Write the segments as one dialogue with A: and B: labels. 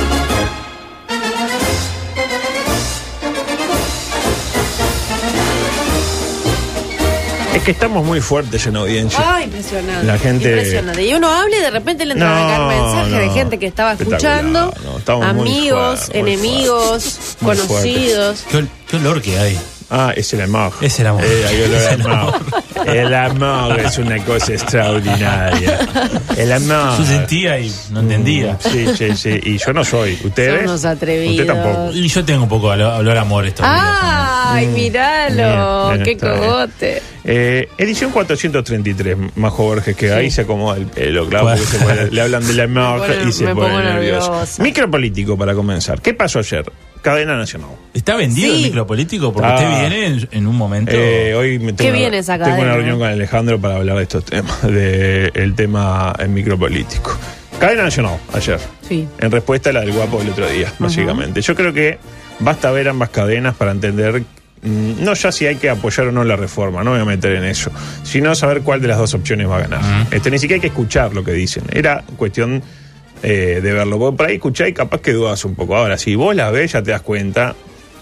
A: Es que estamos muy fuertes en audiencia.
B: Ay, Ah, impresionante.
A: La gente-
B: Impresionante. Y uno habla y de repente le entran
A: No,
B: a caer mensajes
A: no.
B: de gente que estaba escuchando.
A: Espectacular, no, estamos muy
B: amigos,
A: fuertes, muy
B: enemigos,
A: Muy fuertes.
B: conocidos.
C: ¿Qué, ol- qué olor que hay.
A: Ah, es el amor.
C: Es el amor.
A: Eh, hay olor
C: Es
A: al
C: el
A: amor. El amor es una cosa extraordinaria. El amor.
C: Yo sentía y no entendía.
A: Sí, sí, sí. Y yo no soy. ¿Ustedes?
B: Son unos atrevidos.
A: Usted tampoco.
C: Y yo tengo un poco de olor a amor
B: Ah,
C: esto.
B: Ay, míralo.
A: Mm, Bien, bien,
B: qué
A: está bien.
B: cogote.
A: Eh, edición 433, Majo Borges, que ahí se acomoda el pelo, claro,
C: Bueno.
A: porque se pone- le hablan de la amor
B: Me pone-
A: y se
B: me
A: pone
B: pongo
A: nervioso.
B: nerviosa.
A: Micropolítico, para comenzar. ¿Qué pasó ayer? Cadena Nacional.
C: ¿Está vendido
B: Sí.
C: el micropolítico? Porque
A: Ah.
C: usted viene en, en un momento.
A: Eh, hoy me tengo,
B: ¿Qué viene esa
A: tengo
B: cadena,
A: una
B: eh?
A: reunión con Alejandro para hablar de estos temas, del tema eh, micropolítico. Cadena Nacional, ayer.
B: Sí.
A: En respuesta a la del guapo del otro día, básicamente. Yo creo que basta ver ambas cadenas para entender, mm, no ya si hay que apoyar o no la reforma, no me voy a meter en eso, sino saber cuál de las dos opciones va a ganar. Este, ni siquiera hay que escuchar lo que dicen. Era cuestión eh, de verlo. Porque por ahí escuchás y capaz que dudas un poco. Ahora, si vos las ves, ya te das cuenta,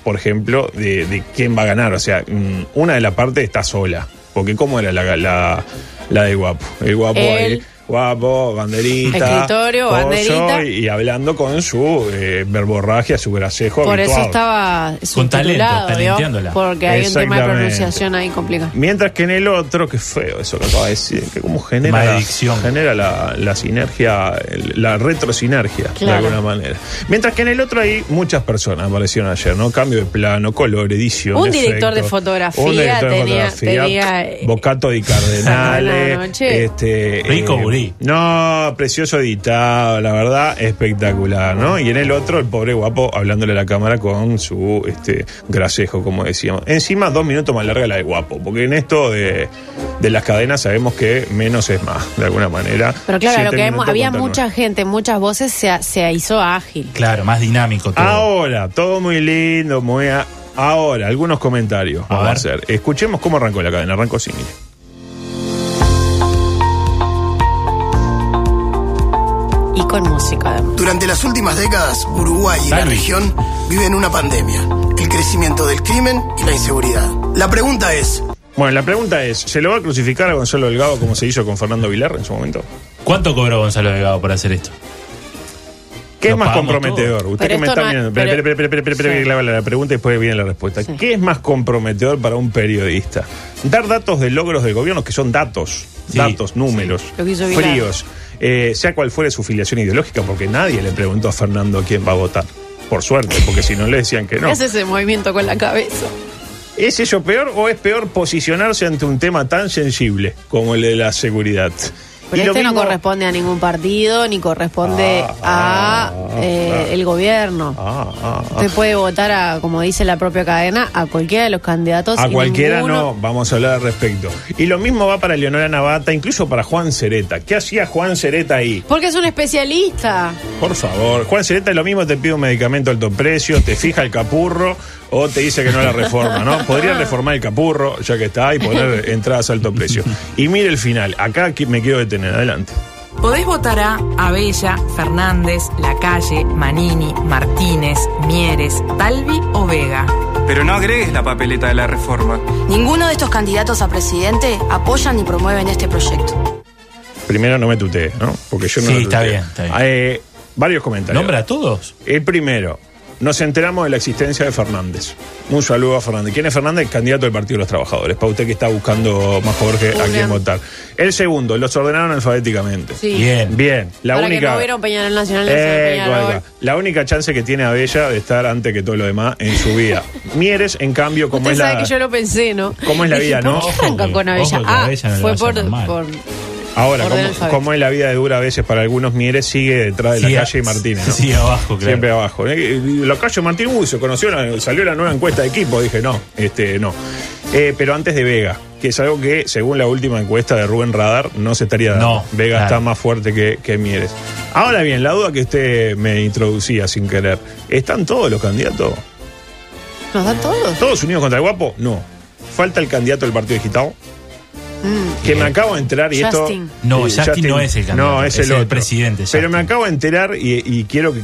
A: por ejemplo, de, de quién va a ganar. O sea, mm, una de las partes está sola. Porque ¿cómo era la, la, la de guapo? El guapo
B: Él.
A: ahí, Guapo, banderita.
B: Escritorio,
A: coso,
B: banderita.
A: Y hablando con su eh, verborragia, su gracejo.
B: Por eso
A: habitual.
B: estaba subtitulado,
C: talento,
B: ¿vio?
C: talenteándola.
B: Porque hay un tema de
A: Exactamente.
B: pronunciación ahí complicado.
A: Mientras que en el otro, que feo eso que acaba de decir, que como genera, la,
C: Maledicción.
A: genera la, la sinergia, el- la retrosinergia de
B: Claro.
A: alguna manera. Mientras que en el otro hay muchas personas, aparecieron ayer, ¿no? Cambio de plano, color, edición.
B: Un director
A: efecto.
B: de fotografía tenía- tenía, eh,
A: Bocato di Cardenale.
B: No, no, no, che.
A: este,
C: Rico gurí.
A: No, precioso editado, la verdad, espectacular, ¿no? Y en el otro, el pobre guapo hablándole a la cámara con su este grasejo, como decíamos. Encima, dos minutos más larga la de guapo, porque en esto de, de las cadenas sabemos que menos es más, de alguna manera.
B: Pero claro, lo
A: Siete
B: que vemos,
A: minutos
B: había
A: contra nueve.
B: mucha gente, muchas voces, se, se hizo ágil.
C: Claro, más dinámico todo.
A: Ahora, todo muy lindo, muy. a- Ahora, algunos comentarios.
C: A
A: vamos a
C: ver.
A: hacer. Escuchemos cómo arrancó la cadena. Arrancó simile.
B: Y con música, además.
D: Durante las últimas décadas, Uruguay y la
C: Dale.
D: región viven una pandemia, el crecimiento del crimen y la inseguridad. La pregunta es,
A: Bueno, la pregunta es: ¿se lo va a crucificar a Gonzalo Delgado como se hizo con Fernando Vilar en su momento?
C: ¿Cuánto cobró Gonzalo Delgado por hacer esto?
A: ¿Qué
C: Lo
A: es más
C: pagamos
A: comprometedor? Usted
B: Pero
A: que me
B: esto
A: está
B: no es-
A: mirando. Espera, espera,
B: pero-
A: espera, espera, espera,
B: Sí.
A: que clava la pregunta y después viene la respuesta.
B: Sí.
A: ¿Qué es más comprometedor para un periodista? Dar datos de logros del gobierno, que son datos,
C: Sí.
A: datos, números,
B: Lo que hizo Vilar.
A: fríos, eh, sea cual fuere su filiación ideológica, porque nadie le preguntó a Fernando quién va a votar. Por suerte, porque si no le decían que no.
B: ¿Qué hace ese movimiento con la cabeza?
A: ¿Es eso peor o es peor posicionarse ante un tema tan sensible como el de la seguridad?
B: Pero
A: Y lo
B: este no
A: mismo-
B: corresponde a ningún partido, ni corresponde
A: Ah,
B: a
A: ah,
B: eh,
A: claro.
B: el gobierno.
A: Ah, ah, ah.
B: Usted puede votar a, como dice la propia cadena, a cualquiera de los candidatos.
A: A
B: y
A: cualquiera
B: ninguno-
A: no, vamos a hablar al respecto. Y lo mismo va para Leonora Navata, incluso para Juan Cereta. ¿Qué hacía Juan Cereta ahí?
B: Porque es un especialista.
A: Por favor, Juan Cereta lo mismo te pide un medicamento a alto precio, te fija el capurro o te dice que no la reforma, ¿no? Podría reformar el capurro, ya que está, y poner entradas a alto precio. Y mire el final, acá aquí me quiero detener, adelante.
E: Podés votar a Abella, Fernández, Lacalle, Manini, Martínez, Mieres, Talvi o Vega.
F: Pero no agregues la papeleta de la reforma.
G: Ninguno de estos candidatos a presidente apoyan ni promueven este proyecto.
A: Primero no me tutee, ¿no? Porque yo no
C: Sí,
A: lo
C: está
A: tuteo.
C: bien, está bien.
A: Eh, varios comentarios.
C: ¿Nombra a todos?
A: El primero, nos enteramos de la existencia de Fernández. Un saludo a Fernández. ¿Quién es Fernández? Candidato del Partido de los Trabajadores. Para usted que está buscando más Jorge a
B: Una.
A: quién votar. El segundo, los ordenaron alfabéticamente.
B: Sí.
C: Bien.
A: Bien, la
B: Para
A: única.
B: que no hubiera Peñarol Nacional le
A: Eh,
B: decían Peñarol.
A: Golga. La única chance que tiene Abella de estar antes que todo lo demás en su vida. Mieres, en cambio, como
B: Usted
A: es
B: sabe
A: la.
B: que yo lo pensé, ¿no?
A: ¿Cómo es la
B: Dije,
A: vida, no?
B: ¿Por qué arrancan
C: Ojo
B: con
C: que-
B: Abella?
C: ojo que a
B: Ah,
C: Abella no le
B: fue
C: vaya tan
B: por,
C: mal.
B: por-
A: Ahora,
B: Orden
A: como,
B: alfabético.
A: como es la vida de dura a veces para algunos, Mieres sigue detrás de
C: Sí,
A: la
C: a-
A: calle Martínez. ¿no?
C: sí, abajo, claro.
A: Siempre abajo. Eh, eh, La calle Martínez, uy, se conoció, la- salió la nueva encuesta de equipo. Dije, no, este, no. Eh, pero antes de Vega, que es algo que, según la última encuesta de Rubén Radar, no se estaría dando.
C: No,
A: Vega
C: claro.
A: está más fuerte que, que Mieres. Ahora bien, la duda que usted me introducía sin querer, ¿están todos los candidatos?
B: ¿Nos dan todos?
A: ¿Todos unidos contra el guapo? No. Falta el candidato del partido digitado. Que me acabo de enterar y
B: Justin.
A: esto.
C: No,
A: eh,
C: Justin no es el candidato,
A: No, es,
C: es
A: el,
C: el
A: otro.
C: presidente,
A: Pero
C: Justin.
A: me acabo de enterar y, y quiero que-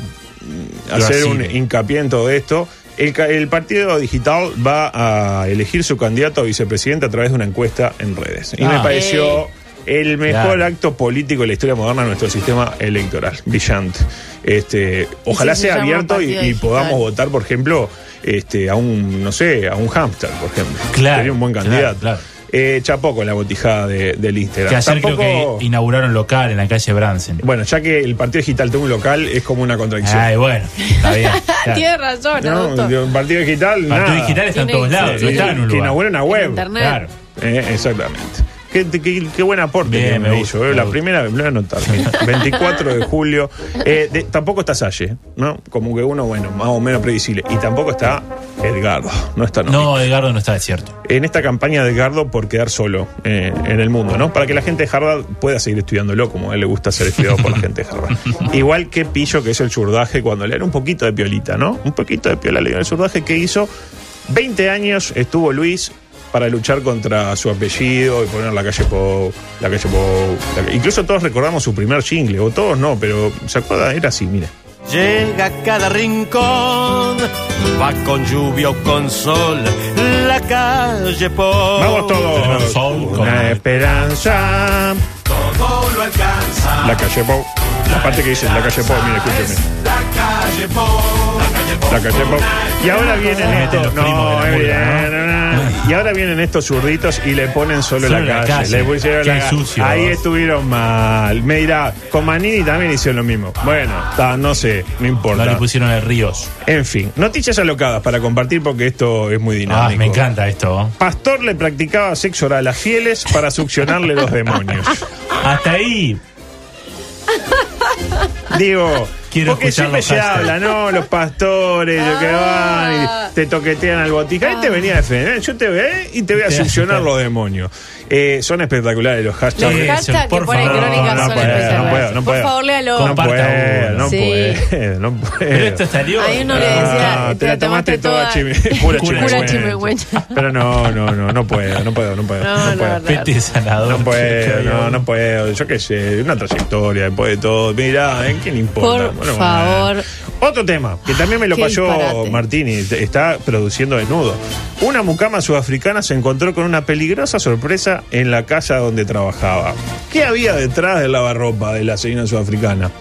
A: hacer
C: así.
A: un hincapié en todo esto. El, ca- el partido digital va a elegir su candidato a vicepresidente a través de una encuesta en redes. Y
C: Ah.
A: me pareció el mejor
C: Claro.
A: acto político de la historia moderna de nuestro sistema electoral. Brillante. Este, ojalá
B: si se
A: sea
B: llama
A: abierto y-
B: partido
A: y,
B: digital?
A: podamos votar, por ejemplo, este, a un, no sé, a un hamster, por ejemplo.
C: Claro,
A: Sería un buen
C: claro,
A: candidato.
C: claro.
A: Eh, chapó con la botijada de- del Instagram.
C: Que ayer creo
A: Tampoco-
C: que inauguraron local en la calle Bransen.
A: Bueno, ya que el partido digital tuvo un local, es como una contradicción.
C: Ay, bueno, está bien. claro.
B: Tiene razón,
A: no,
B: adulto.
A: de un partido digital,
C: Partido
A: nada.
C: digital está en
B: Tiene
C: todos lados,
A: Sí,
C: no está en un
A: que
C: lugar.
A: inaugura una web.
B: internet.
C: Claro.
A: Eh, exactamente. Qué, qué- qué buen aporte
C: Bien,
A: que me
C: me
A: hizo,
C: gusta,
A: eh,
C: me
A: La
C: gusta.
A: primera me lo voy a anotar. mira. 24 de julio. Eh, de- tampoco está Salle, ¿no? Como que uno, bueno, más o menos predecible. Y tampoco está Edgardo. No está Nomi.
C: No, Edgardo no está desierto.
A: en esta campaña de Edgardo por quedar solo eh, en el mundo, ¿no? Para que la gente de Harvard pueda seguir estudiándolo, como a él le gusta ser estudiado por la gente de Harvard. Igual que Pillo, que es el surdaje, cuando le dan un poquito de piolita, ¿no? Un poquito de piola le dio el surdaje que hizo. 20 años estuvo Luis para luchar contra su apellido y poner la calle Pou, la calle Pou. la ca- Incluso todos recordamos su primer jingle, o todos no, pero ¿se acuerdan? Era así, mira.
H: Llega a cada rincón, va con lluvia o con sol, la calle por.
A: Vamos
C: Tenemos
A: todos.
C: sol con-
A: Una esperanza.
H: Todo lo alcanza.
A: La calle Pou. La parte que dice la calle Pou, mire, escúcheme.
H: La calle por. La calle por.
A: La calle Pou. Y ahora vienen
C: Se meten
A: estos.
C: los primos
A: No,
C: de la
A: bien,
C: murga,
A: no, no. Y ahora vienen estos zurditos y le ponen solo, la, calle. Le pusieron
C: Qué
A: la calle.
C: sucio.
A: Ahí estuvieron mal. Me dirá, con Manini también hicieron lo mismo. Bueno, ta, no sé, no
C: No
A: importa.
C: le pusieron el Ríos.
A: en fin, noticias alocadas para compartir porque esto es muy
C: Ah,
A: dinámico.
C: me encanta esto.
A: Pastor le practicaba sexo oral a fieles para succionarle los demonios.
C: Hasta ahí.
A: Digo,
C: Quiero
A: porque
C: escuchar
A: siempre
C: los
A: se
C: hashtags.
A: habla, ¿no? Los pastores, lo
B: Ah.
A: que van, y te toquetean al botica. Y te venía a defender. Yo te ve y te voy a
C: Te-
A: succionar los demonios. Eh, son espectaculares los hashtags.
B: Los
C: Eso,
B: hashtags que
C: por
B: ponen
C: favor.
B: crónicas
C: No,
B: son
C: no puedo,
B: especiales.
C: no
A: puedo, no
B: Por
A: puedo.
B: favor, léalo.
A: no
C: Comparta
A: puede,
C: uno.
A: no
B: Sí.
A: puede, no
C: Pero
A: puede.
C: esto salió. Ah.
B: Hay uno le decía,
A: te la tomaste toda chimi- pura
C: Pura
A: chimenguencha.
B: chimenguencha.
A: Pero no, no, no, no puedo, no puedo, no puedo.
B: No,
A: No,
B: no,
A: puedo.
B: no.
C: Pete sanador.
A: No puedo,
C: Qué
A: no,
C: bien.
A: no puedo. Yo qué sé, una trayectoria después de todo. Mirá, ¿en qué le importa?
B: Por favor.
A: Otro tema, que también me lo
B: Qué
A: cayó
B: disparate.
A: Martín y te- está produciendo desnudo. Una mucama sudafricana se encontró con una peligrosa sorpresa en la casa donde trabajaba. ¿Qué había detrás del lavarropa de la señora sudafricana?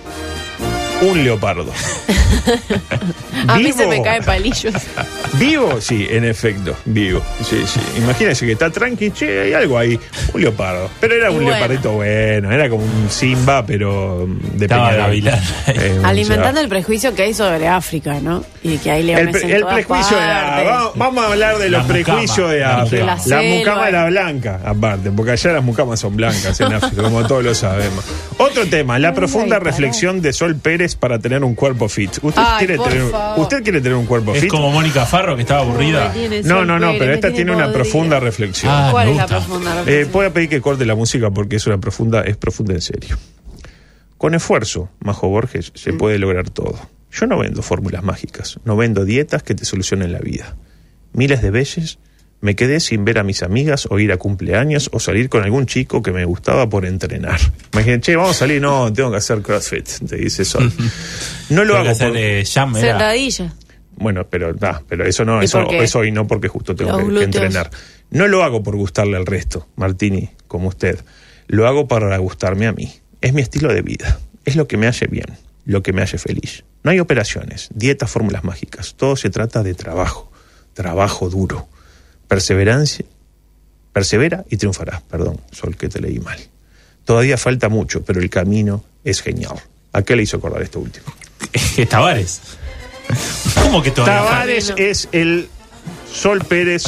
A: Un leopardo.
B: A mí se me
A: Vivo.
B: caen palillos.
A: ¿Vivo? Sí, en efecto, vivo. Sí, sí. Imagínense que está tranqui, che, hay algo ahí. Un leopardo. Pero era
B: Y
A: un
B: bueno.
A: leopardito bueno, era como un Simba, pero mm, de
C: Estaba
A: Peñarol.
C: gavilán.
A: Eh,
B: Alimentando
A: o sea,
B: el prejuicio que hay sobre África, ¿no? Y de que hay
A: el,
B: leones
A: pre-
B: en
A: el
B: todas
A: prejuicio de la-
B: partes.
A: vamos, vamos a hablar de
C: La
A: los
C: mucama,
A: prejuicios de
C: la
A: África.
B: mucama.
A: La
B: La selva.
A: mucama era blanca, aparte, porque allá las mucamas son blancas en África, como todos lo sabemos. Otro tema, la profunda
B: pará.
A: reflexión de Sol Pérez para tener un cuerpo fit. ¿Usted,
B: Ay,
A: quiere,
B: por
A: tener,
B: favor.
A: ¿usted quiere tener un cuerpo
C: Es
A: fit?
C: como Mónica Farro que estaba aburrida.
A: No, no, no, pero esta tiene una profunda reflexión.
C: Ah,
B: ¿Cuál
C: me
B: es la
C: gusta.
B: profunda
A: Eh,
B: reflexión?
A: voy a pedir que corte la música porque es una profunda, es profunda en serio. Con esfuerzo, Majo Borges, se puede lograr todo. Yo no vendo fórmulas mágicas, no vendo dietas que te solucionen la vida. Miles de veces me quedé sin ver a mis amigas o ir a cumpleaños o salir con algún chico que me gustaba por entrenar. Me dije, che, vamos a salir, no, tengo que hacer CrossFit, te dice Sol. No lo
C: Tengo que
A: hago
C: hacer,
A: por...
C: eh, jam, era.
B: Sentadilla.
A: Bueno, pero, nah, pero eso no,
B: ¿Y
A: eso,
B: por qué?
A: eso hoy no, porque justo tengo
B: Los
A: que, que
B: glúteos.
A: entrenar. No lo hago por gustarle al resto, Martini, como usted. Lo hago para gustarme a mí. Es mi estilo de vida. Es lo que me hace bien, lo que me hace feliz. No hay operaciones, dietas, fórmulas mágicas. Todo se trata de trabajo. Trabajo duro. Perseverancia. Persevera y triunfarás. Perdón, Sol, que te leí mal. Todavía falta mucho, pero el camino es genial. ¿A qué le hizo acordar esto último?
C: Es Tavares. ¿Cómo que todavía?
A: Tavares
B: Bueno.
A: es el Sol Pérez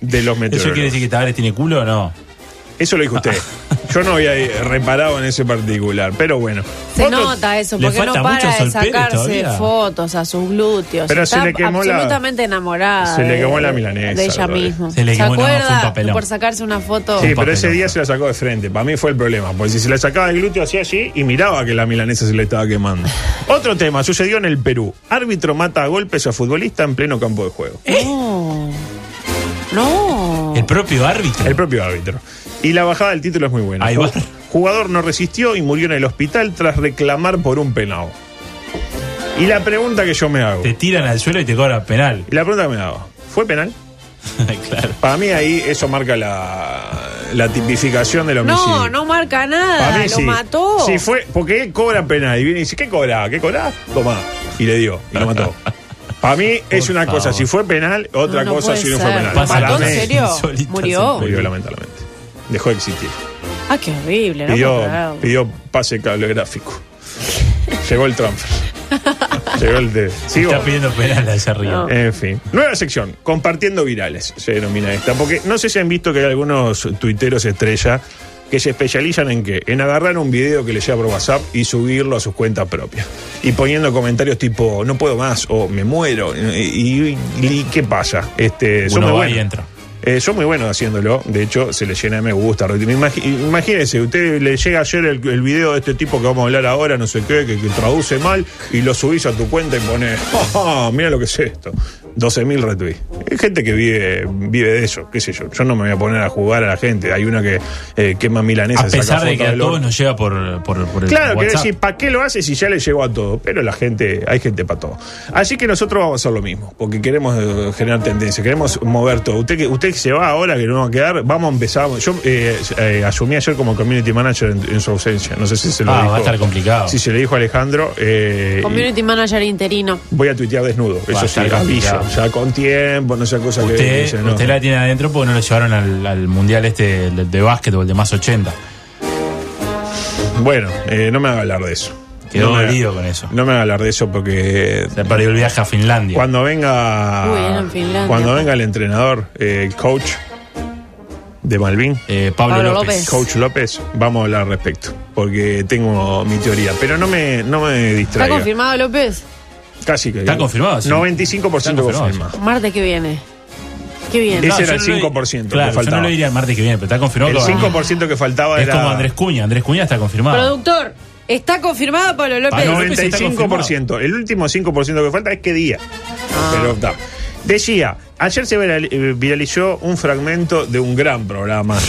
A: de los
C: ¿Eso quiere
A: meteorólogos.
C: decir que Tavares tiene culo o no?
A: Eso lo dijo usted. Yo no había eh, reparado en ese particular, pero bueno.
B: Se
A: Otro-
B: nota eso,
C: Le
B: porque no
C: falta
B: para
C: mucho
B: de
C: Sol Pérez
B: sacarse
C: todavía.
B: fotos a sus glúteos.
A: Pero
B: Está
A: se le quemó la-
B: absolutamente enamorada.
A: se le
B: de-
A: quemó la milanesa,
B: De ella
A: la verdad.
B: misma.
C: Se le quemó, no, fue un
B: acuerda
C: papelón.
B: por sacarse una foto?
A: Sí,
C: Un
A: pero ese
C: papelón.
A: día se la sacó de frente. Para mí fue el problema. Porque si se la sacaba del glúteo, hacía allí y miraba que la milanesa se le estaba quemando. Otro tema, sucedió en el Perú. Árbitro mata a golpes a futbolista en pleno campo de juego.
C: Eh.
B: No. No.
C: El propio árbitro.
A: El propio árbitro. Y la bajada del título es muy buena.
C: Ahí va.
A: Jugador no resistió y murió en el hospital tras reclamar por un penado. Y la pregunta que yo me hago.
C: Te tiran al suelo y te cobran penal.
A: Y la pregunta que me hago. ¿Fue penal?
C: claro.
A: Para mí ahí eso marca la, la tipificación del homicidio.
B: No, no marca nada.
A: Para mí
B: Lo
A: sí.
B: mató.
A: Sí, fue. Porque él cobra penal. Y viene y dice, ¿qué cobra? ¿Qué cobra? Toma. Y le dio. Y lo mató. Para mí es
C: Por
A: una cosa
C: favor.
A: si fue penal, otra
B: No, no
A: cosa
B: puede
A: si no
B: ser.
A: fue penal.
B: ¿Lo
C: Pasa
A: Para
B: mató
A: mí,
B: en
C: Palamé.
B: serio?
C: Insólita
B: ¿Murió?
A: murió lamentablemente. Dejó de existir.
B: Ah, qué horrible. No
A: Pidió,
B: puedo creerlo.
A: pidió pase cablográfico. Llegó el transfer. Llegó el de. Sigo.
C: Está pidiendo penal allá arriba.
B: No.
A: En fin. Nueva sección, compartiendo virales, se denomina esta. Porque no sé si han visto que hay algunos tuiteros estrella que se especializan en qué? En agarrar un video que les llega por WhatsApp y subirlo a sus cuentas propias. Y poniendo comentarios tipo, no puedo más, o me muero. ¿Y, y- y qué pasa? Este, son
C: Uno
A: muy
C: va y
A: buenos.
C: entra.
A: Eh, son muy buenos haciéndolo, de hecho se les llena de me gusta. retweet. Imag- Imagínense, usted le llega ayer el, el video de este tipo que vamos a hablar ahora, no sé qué, que, que traduce mal, y lo subís a tu cuenta y pones, mira lo que es esto, 12.000 retweets. Hay gente que vive, vive de eso, qué sé yo, yo no me voy a poner a jugar a la gente, hay una que eh, quema milanesa.
C: A
A: saca
C: pesar de
A: foto
C: que a
A: del
C: todos
A: horno.
C: nos llega por, por, por el
A: Claro, quiero
C: WhatsApp.
A: decir, ¿para qué lo hace si ya le llegó a todo? Pero la gente, hay gente para todo. Así que nosotros vamos a hacer lo mismo, porque queremos eh, generar tendencia, queremos mover todo. Usted que usted que se va ahora, que no va a quedar, vamos a empezar. Yo eh, eh, asumí ayer como community manager en, en su ausencia. No sé si se lo
C: Ah, va
A: dijo.
C: a estar complicado.
A: Si se le dijo a Alejandro. eh, y
B: Community manager interino.
A: Voy a tuitear desnudo,
C: a
A: eso sí,
C: estar
A: aviso.
C: complicado.
A: Ya con tiempo, no sea cosa que.
C: Usted,
A: dice, no.
C: usted la tiene adentro porque no lo llevaron al, al mundial este de, de básquetbol de más 80.
A: Bueno, eh, no me haga hablar de eso.
C: Quedó
A: no me haga-
C: dolido con eso.
A: No me haga hablar de eso porque
C: Se perdió el viaje a Finlandia.
A: Cuando venga.
B: Uy, era en Finlandia.
A: Cuando venga el entrenador, eh, el coach de Malvin,
C: Eh, Pablo,
B: Pablo
C: López.
B: López.
A: coach López, vamos a hablar al respecto. Porque tengo mi teoría. Pero no me, no me
B: ¿Está
A: distraiga.
B: confirmado López?
A: Casi que.
C: Está confirmado, sí.
A: 95%
C: Está confirmado,
A: confirma.
B: Martes que viene. Qué bien.
A: Ese era
C: yo
A: el
C: lo di-
A: 5% que
C: Claro, yo
A: faltaba.
C: no lo diría el martes que viene, pero está confirmado.
A: El
C: que va a venir.
A: 5% que faltaba
C: Es
A: era.
C: como Andrés Cuña. Andrés Cuña está confirmado.
B: Productor, ¿está confirmado Pablo López?
C: Pablo López Ah, está
A: 95%. El último 5% que falta es qué día.
B: Ah.
A: Pero está. Decía, ayer se viral- eh, viralizó un fragmento de un gran programa
B: Ah.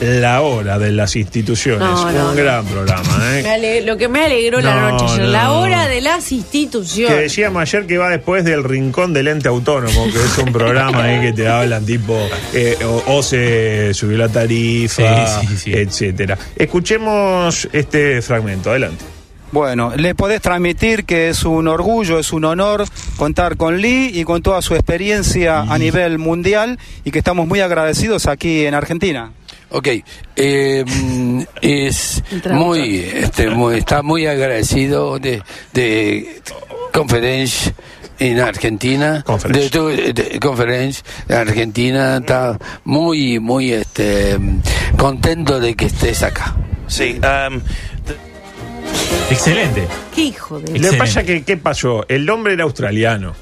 A: llamado La Hora de las Instituciones.
B: No,
A: un
B: no, no.
A: gran programa,
B: Me
A: ¿eh?
B: ale- lo que me alegró la
A: No,
B: noche, ayer,
A: no,
B: la
A: no.
B: hora de las
A: Que
B: instituciones.
A: decíamos ayer que va después del Rincón del Ente Autónomo, que es un programa eh, que te hablan tipo, eh, o, o se subió la tarifa,
C: Sí, sí, sí.
A: etcétera. Escuchemos este fragmento, adelante.
I: Bueno, les podés transmitir que es un orgullo, es un honor contar con Lee y con toda su experiencia a nivel mundial y que estamos muy agradecidos aquí en Argentina.
J: Ok, eh, mm, es
B: El traductor.
J: muy, este, muy- está muy agradecido de, de Conference en Argentina,
A: Conference.
J: de tu- de, Conference en Argentina, está muy, muy este, contento de que estés acá.
F: Sí, um,
C: Excelente.
B: Qué hijo de...
A: Lo que
C: Excelente.
A: pasa que, ¿qué pasó? El hombre era australiano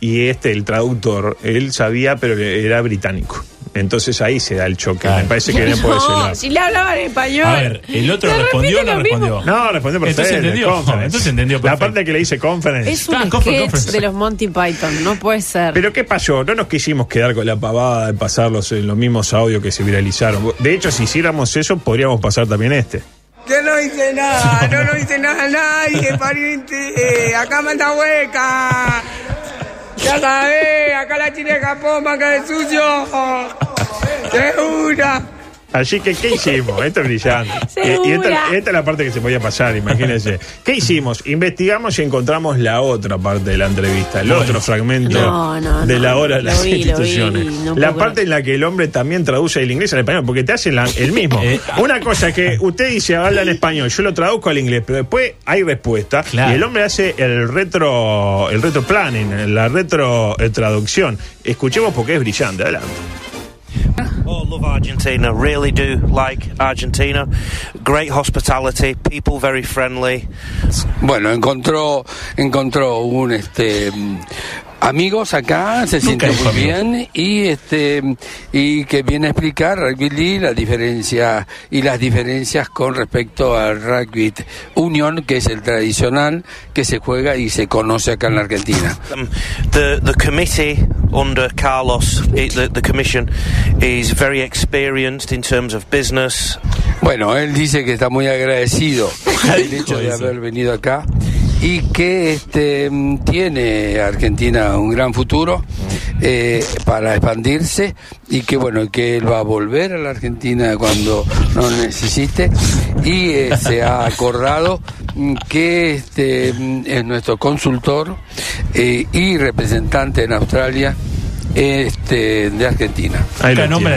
A: y este, el traductor, él sabía, pero era británico. Entonces ahí se da el choque.
C: Claro.
A: Me parece que viene por ese lado.
B: No, si le hablaban en español.
C: A ver, ¿el otro
B: Le
C: respondió o
B: repite
C: no
B: lo mismo.
C: respondió?
A: No, respondió perfecto.
C: Entonces entendió.
A: conference.
C: Entonces entendió
A: La
C: perfecto.
A: parte que le dice conference.
B: Es un
C: Ah,
B: sketch
C: conference, conference.
B: de los Monty Python, no puede ser.
A: Pero ¿qué pasó? No nos quisimos quedar con la pavada de pasarlos en los mismos audios que se viralizaron. De hecho, si hiciéramos eso, podríamos pasar también este.
D: Yo no hice nada, no lo hice nada a nadie, pariente. Eh, Acá manda hueca. Ya sabés, acá la china de Japón, manca de sucio. De una.
A: Así que, ¿qué hicimos? Esto es brillante. Eh, Y, esta,
B: Segura.
A: esta es la parte que se podía pasar, imagínense. ¿Qué hicimos? Investigamos y encontramos la otra parte de la entrevista, el otro fragmento
B: No, no,
A: de
B: no.
A: la hora de
B: Lo
A: las
B: vi, lo vi,
A: instituciones.
B: no
A: la
B: puedo
A: parte
B: creer.
A: en la que el hombre también traduce el inglés al español, porque te hacen la- el mismo.
C: Eh.
A: Una cosa es que usted dice, habla en español, yo lo traduzco al inglés, pero después hay respuesta
C: Claro.
A: y el hombre hace el retro, el retro planning, la retro eh, traducción. Escuchemos porque es brillante, adelante.
K: Oh, love Argentina. Really do like Argentina. Great hospitality. People very friendly.
J: Bueno, encontró, encontró un este mm, amigos acá, se
K: Nunca
J: siente
K: dijo
J: muy bien y este y que viene a explicar rugby la diferencia y las diferencias con respecto al rugby unión que es el tradicional que se juega y se conoce acá en la Argentina.
K: Um, the the committee under Carlos, i- the, the commission, is very experienced in terms of business.
J: Bueno, él dice que está muy agradecido del hecho de haber venido acá y que este, mm, tiene Argentina un gran futuro eh, para expandirse y que bueno que él va a volver a la Argentina cuando lo necesite y eh, se ha acordado mm, que este, mm, es nuestro consultor eh, y representante en Australia este, de Argentina.
A: Ahí lo tiene.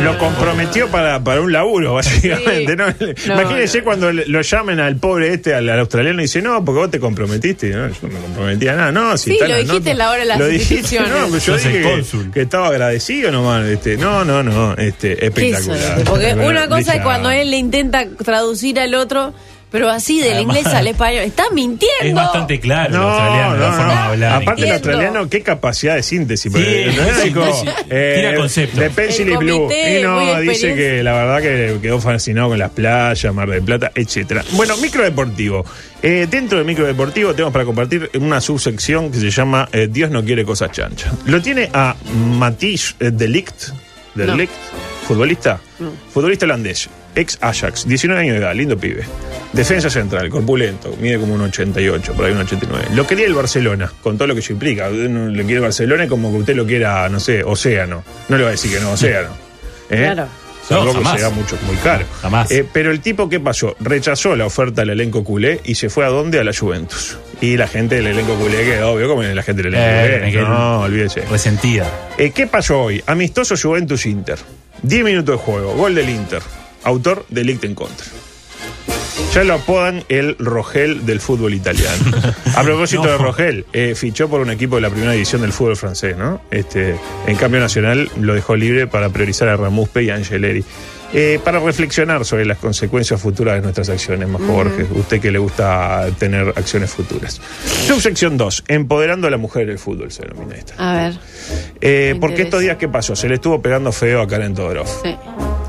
A: Lo comprometió para, para un laburo, básicamente. ¿no? Imagínense cuando le- lo llamen al pobre este, al, al australiano, y dice, no, porque vos te comprometiste. No, yo no me comprometía a nada. No, si
B: Sí,
A: está
B: lo
A: las
B: dijiste
A: notas.
B: en la hora de las
A: Lo dijiste,
B: instituciones.
A: no, pero yo
C: Sos el
A: dije que,
C: cónsul.
A: que estaba agradecido nomás. Este, no, no, no, este,
B: ¿Qué soy?
A: espectacular.
B: Porque
A: Bueno,
B: una cosa es
A: brillante.
B: cuando él le intenta traducir al otro, pero así del
A: Además-
B: inglés al español. Está mintiendo.
C: Es bastante claro el
A: No,
C: australiano, la
A: no,
C: forma de
A: no.
C: hablar.
A: Aparte el australiano, qué capacidad de síntesis. porque,
C: Sí,
A: ¿no? Era
C: sí,
A: como,
C: sí.
A: eh,
C: Tira conceptos.
A: De Pencil
C: El
A: y Blue.
C: comité,
A: Y
C: muy
A: no, dice
C: experiencia.
A: que la verdad que quedó fascinado con las playas, Mar del Plata, etcétera. Bueno, microdeportivo. Eh, dentro de microdeportivo tenemos para compartir una subsección que se llama eh, Dios no quiere cosas chanchas. Lo tiene a Matisse eh, Delict, Delict, futbolista, futbolista holandés, ex Ajax, 19 años de edad, lindo pibe. Defensa central, corpulento, mide como un 88, por ahí un 89. Lo quería el Barcelona, con todo lo que eso implica. Uno Lo quiere el Barcelona y como que usted lo quiera, no sé, Océano. No le va a decir que no, Océano. ¿Eh?
C: Claro. No,
A: Tampoco
C: jamás.
A: será mucho, muy caro. Eh, pero el tipo, ¿qué pasó? Rechazó la oferta del elenco culé y se fue a dónde? A la Juventus. Y la gente del elenco culé quedó, obvio, como la gente del
C: Eh,
A: elenco
C: tenés
A: culé.
C: que- Pues
A: No, olvídese.
C: Resentida.
A: Eh, ¿Qué pasó hoy? Amistoso Juventus Inter. 10 minutos de juego, gol del Inter. Autor de Ligt en contra. Ya lo apodan el Rogel del fútbol italiano. A propósito de Rogel, eh, fichó por un equipo de la primera división del fútbol francés, ¿no? Este, en cambio Nacional lo dejó libre para priorizar a Ramuspe y a Angeleri. Eh, para reflexionar sobre las consecuencias futuras de nuestras acciones, más Borges, usted que le gusta tener acciones futuras. Subsección 2, empoderando a la mujer del fútbol, se denomina esta.
B: A ver.
A: Eh, porque estos días, ¿qué pasó? Se le estuvo pegando feo a Karen Todorov.
B: Sí.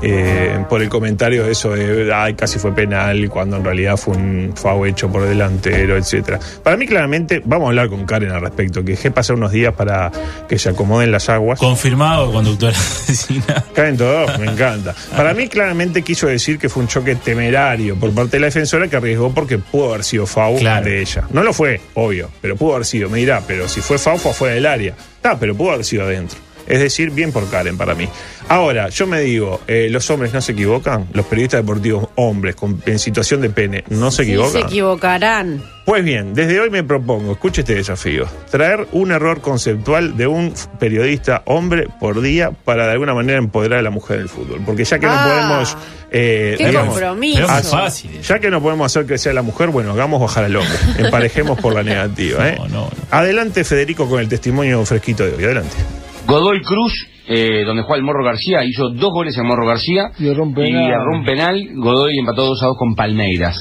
A: Eh, por el comentario de eso de, ay, casi fue penal, cuando en realidad fue un FAO hecho por delantero, etcétera Para mí, claramente, vamos a hablar con Karen al respecto. Que dejé pasar unos días para que se acomoden las aguas.
C: Confirmado, conductora vecina.
A: Caen todos, me encanta. Para mí, claramente quiso decir que fue un choque temerario por parte de la defensora que arriesgó porque pudo haber sido FAU de ella. No lo fue, obvio, pero pudo haber sido. Me dirá, pero si fue FAU, fue afuera del área. Está, pero pudo haber sido adentro. Es decir, bien por Karen para mí. Ahora, yo me digo, eh, los hombres no se equivocan, los periodistas deportivos hombres con- en situación de pene no se
B: Sí, se
A: equivocan.
B: equivocarán.
A: Pues bien, desde hoy me propongo, escuche este desafío, traer un error conceptual de un f- periodista hombre por día para de alguna manera empoderar a la mujer del fútbol. Porque ya que no
B: Ah,
A: podemos... eh,
B: qué compromiso. Pero
A: Ah,
B: es fácil.
A: Ya que no podemos hacer que sea la mujer, bueno, hagamos bajar al hombre. Emparejemos por la negativa. ¿eh? Adelante, Federico, con el testimonio fresquito de hoy. Adelante.
L: Godoy Cruz, eh, donde juega el Morro García, hizo dos goles en Morro García y erró un
M: penal.
L: penal. Godoy empató 2 a 2 con Palmeiras.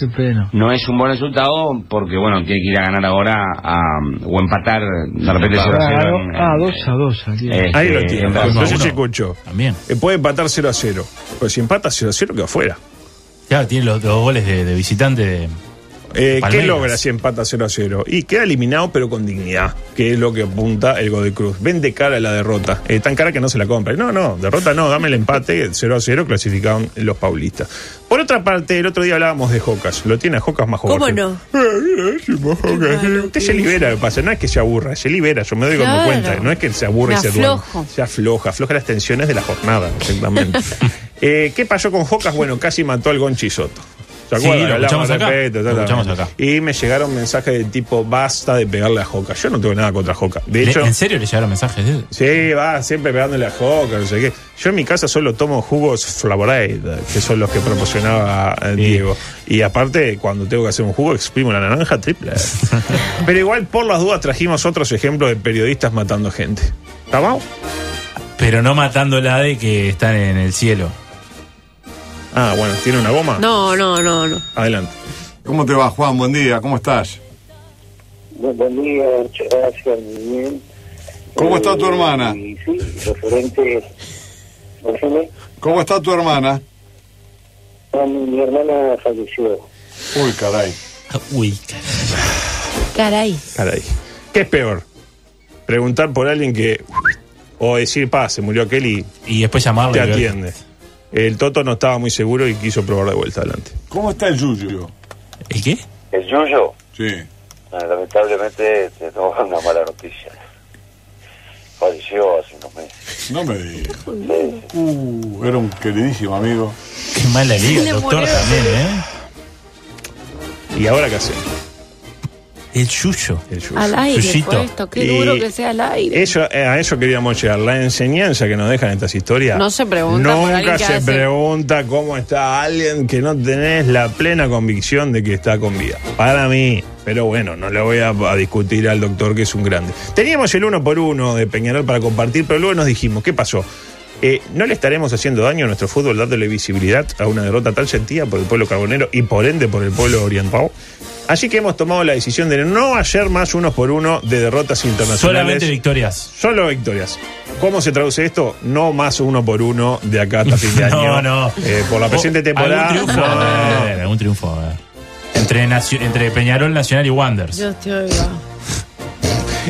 L: No es un buen resultado porque, bueno, tiene que ir a ganar ahora a- o empatar. De repente se va a hacer en-
M: Ah, 2 a 2.
L: Este,
A: Ahí lo tiene.
L: en Brasil.
A: Entonces
L: Uno.
A: se escuchó. También. Eh, puede empatar 0 a 0. Pero si empata 0 a 0, queda afuera.
C: Claro, tiene los dos goles de, de visitante. de-
A: Eh, ¿Qué
C: Palmeiras.
A: logra si empata 0 a 0? Y queda eliminado, pero con dignidad, que es lo que apunta el Godoy Cruz. Vende cara la derrota, eh, tan cara que no se la compra. No, no, derrota no, dame el empate, 0 a 0, clasificaron los paulistas. Por otra parte, el otro día hablábamos de Jocas, lo tiene a Jocas más
B: ¿Cómo
A: Jocas.
B: no?
A: Usted se libera, me pasa, no es que se aburra, se libera, yo me doy como
B: Claro.
A: cuenta, no es que se aburre y
B: Me
A: se duerme.
B: aflojo.
A: Se afloja, afloja las tensiones de la jornada, exactamente. Eh, ¿Qué pasó con Jocas? Bueno, casi mató al Gonchi Soto. ¿Se
C: Sí,
A: acuerdan?
C: lo
A: Hablamos
C: escuchamos
A: al
C: acá.
A: respecto,
C: Lo
A: tal, tal.
C: escuchamos acá.
A: Y me llegaron mensajes de tipo, basta de pegarle a Joca. Yo no tengo nada contra Joca. De
C: Le-
A: hecho,
C: ¿En serio le llegaron mensajes de él?
A: sí, va, siempre pegándole a Joca, no sé qué. Yo en mi casa solo tomo jugos Flavorade, que son los que proporcionaba eh, Diego. Y aparte, cuando tengo que hacer un jugo, exprimo la naranja triple. Pero igual, por las dudas, trajimos otros ejemplos de periodistas matando gente. ¿Está mal?
C: Pero no matándola de que están en el cielo.
A: Ah, bueno, ¿tiene una goma?
B: No, no, no, no.
A: Adelante.
M: ¿Cómo te va, Juan? Buen día, ¿cómo estás?
N: Bu- Buen día, muchas gracias, Eh, muy bien.
M: ¿Cómo está tu hermana?
N: Y sí, referente, decime,
M: ¿Cómo está tu hermana?
N: no, mi, mi hermana falleció.
M: Uy, caray.
C: Uy,
B: Caray.
A: Caray. ¿Qué es peor? ¿Preguntar por alguien que... O decir, pa, se murió aquel y...
C: Y después llamarlo
A: Te
C: y ver.
A: atiende. El Toto no estaba muy seguro y quiso probar de vuelta adelante.
M: ¿Cómo está el Yuyo?
C: ¿El qué?
N: ¿El Yuyo?
M: Sí.
N: Ah, Lamentablemente te tengo una mala noticia. Falleció hace unos meses.
M: No me digas. Uh, era un queridísimo amigo.
C: Qué mala
M: liga,
C: liga, doctor, también, ¿eh?
A: ¿Y ahora qué hace?
C: El yuyo.
A: El yuyo.
B: Al aire
A: Yuyito.
B: fue esto. Qué
A: Y
B: duro que sea al aire.
A: eso, eh, a eso queríamos llegar. La enseñanza que nos dejan estas historias.
B: No se pregunta por alguien
A: Nunca
B: que
A: se
B: hace.
A: pregunta cómo está alguien que no tenés la plena convicción de que está con vida. Para mí. Pero bueno, no le voy a, a discutir al doctor que es un grande. Teníamos el uno por uno de Peñarol para compartir, pero luego nos dijimos, ¿qué pasó? Eh, ¿No le estaremos haciendo daño a nuestro fútbol dándole visibilidad a una derrota tan sentida por el pueblo carbonero y por ende por el pueblo oriental? Así que hemos tomado la decisión de no hacer más unos por uno de derrotas internacionales.
C: Solamente victorias.
A: Solo victorias. ¿Cómo se traduce esto? No más uno por uno de acá hasta fin de
C: No,
A: año.
C: no.
A: Eh, por la presente
C: O-
A: temporada.
C: Algún triunfo.
A: no.
C: a ver, algún triunfo. a ver. Entre, Nacio- entre Peñarol, Nacional y Wanders.
B: Yo te oigo.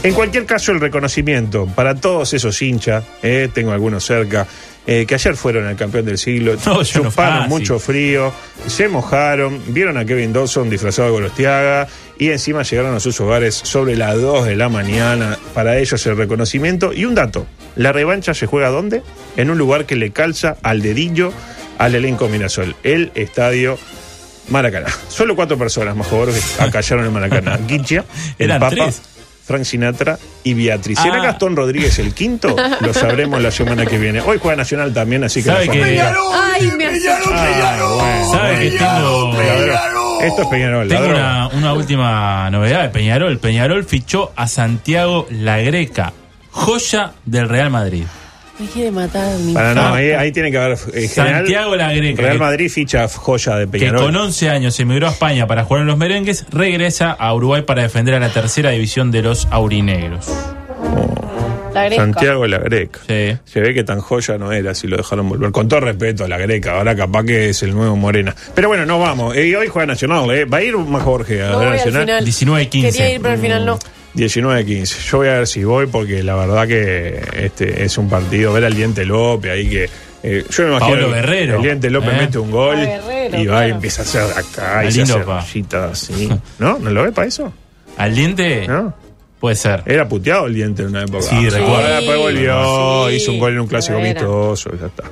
A: En cualquier caso, el reconocimiento para todos esos hinchas, eh, tengo algunos cerca, eh, que ayer fueron el campeón del siglo,
C: No, yo no
A: chuparon
C: fácil.
A: mucho frío, se mojaron, vieron a Kevin Dawson disfrazado de Gorostiaga y encima llegaron a sus hogares sobre las 2 de la mañana. Para ellos el reconocimiento. Y un dato, la revancha se juega ¿dónde? En un lugar que le calza al dedillo al elenco Mirasol, el estadio... Maracaná. Solo cuatro personas, más favor, que acallaron en Maracaná. Guichia, el
C: Eran
A: Papa,
C: tres.
A: Frank Sinatra y Beatriz. ¿Será
C: Ah.
A: Gastón Rodríguez el quinto? Lo sabremos la semana que viene. Hoy juega Nacional también, así que
C: ¿Sabe
A: la
C: que-
A: familia- Ah,
B: Ay, me asusté.
O: Ah,
C: ¿Sabe que tengo,
A: Esto es Peñarol.
C: tengo
A: ladrón.
C: una, una última novedad de Peñarol? Peñarol fichó a Santiago La Greca, joya del Real Madrid.
B: Me quiere matar mi
A: Para no, ahí, ahí tiene que haber eh, general-
C: Santiago La Greca,
A: Real
C: que-
A: Madrid ficha joya de
C: que
A: Peñarol.
C: con 11 años emigró a España para jugar en los merengues, regresa a Uruguay para defender a la tercera división de los aurinegros.
B: La greca.
A: Santiago la Greca.
C: Sí.
A: Se ve que tan joya no era si lo dejaron volver. Con todo respeto a la Greca, ahora capaz que es el nuevo Morena. Pero bueno, no vamos. Eh, hoy juega Nacional, eh. ¿Va a ir más Jorge a
B: No
A: ver
B: voy al
A: Nacional?
B: final.
C: 19 15.
B: Quería ir, pero al final no.
A: 19-15. Yo voy a ver si voy porque la verdad que este es un partido. Ver al Diente López ahí que. eh, yo me imagino.
C: Pablo
A: que
C: Guerrero,
A: El Diente López
C: ¿eh?
A: mete un gol
B: Ah, Guerrero,
A: y va y
B: claro.
A: empieza a hacer acá y se
C: Lindo,
A: hace
C: pa.
A: rayitas así. ¿No? ¿No lo ve para eso?
C: ¿Al diente?
A: ¿No?
C: Puede ser.
A: Era puteado el Diente en una época.
C: Sí, recuerdo.
A: Ahora después volvió,
B: Sí.
A: hizo un gol en un clásico
B: Lo era.
A: amistoso, ya está.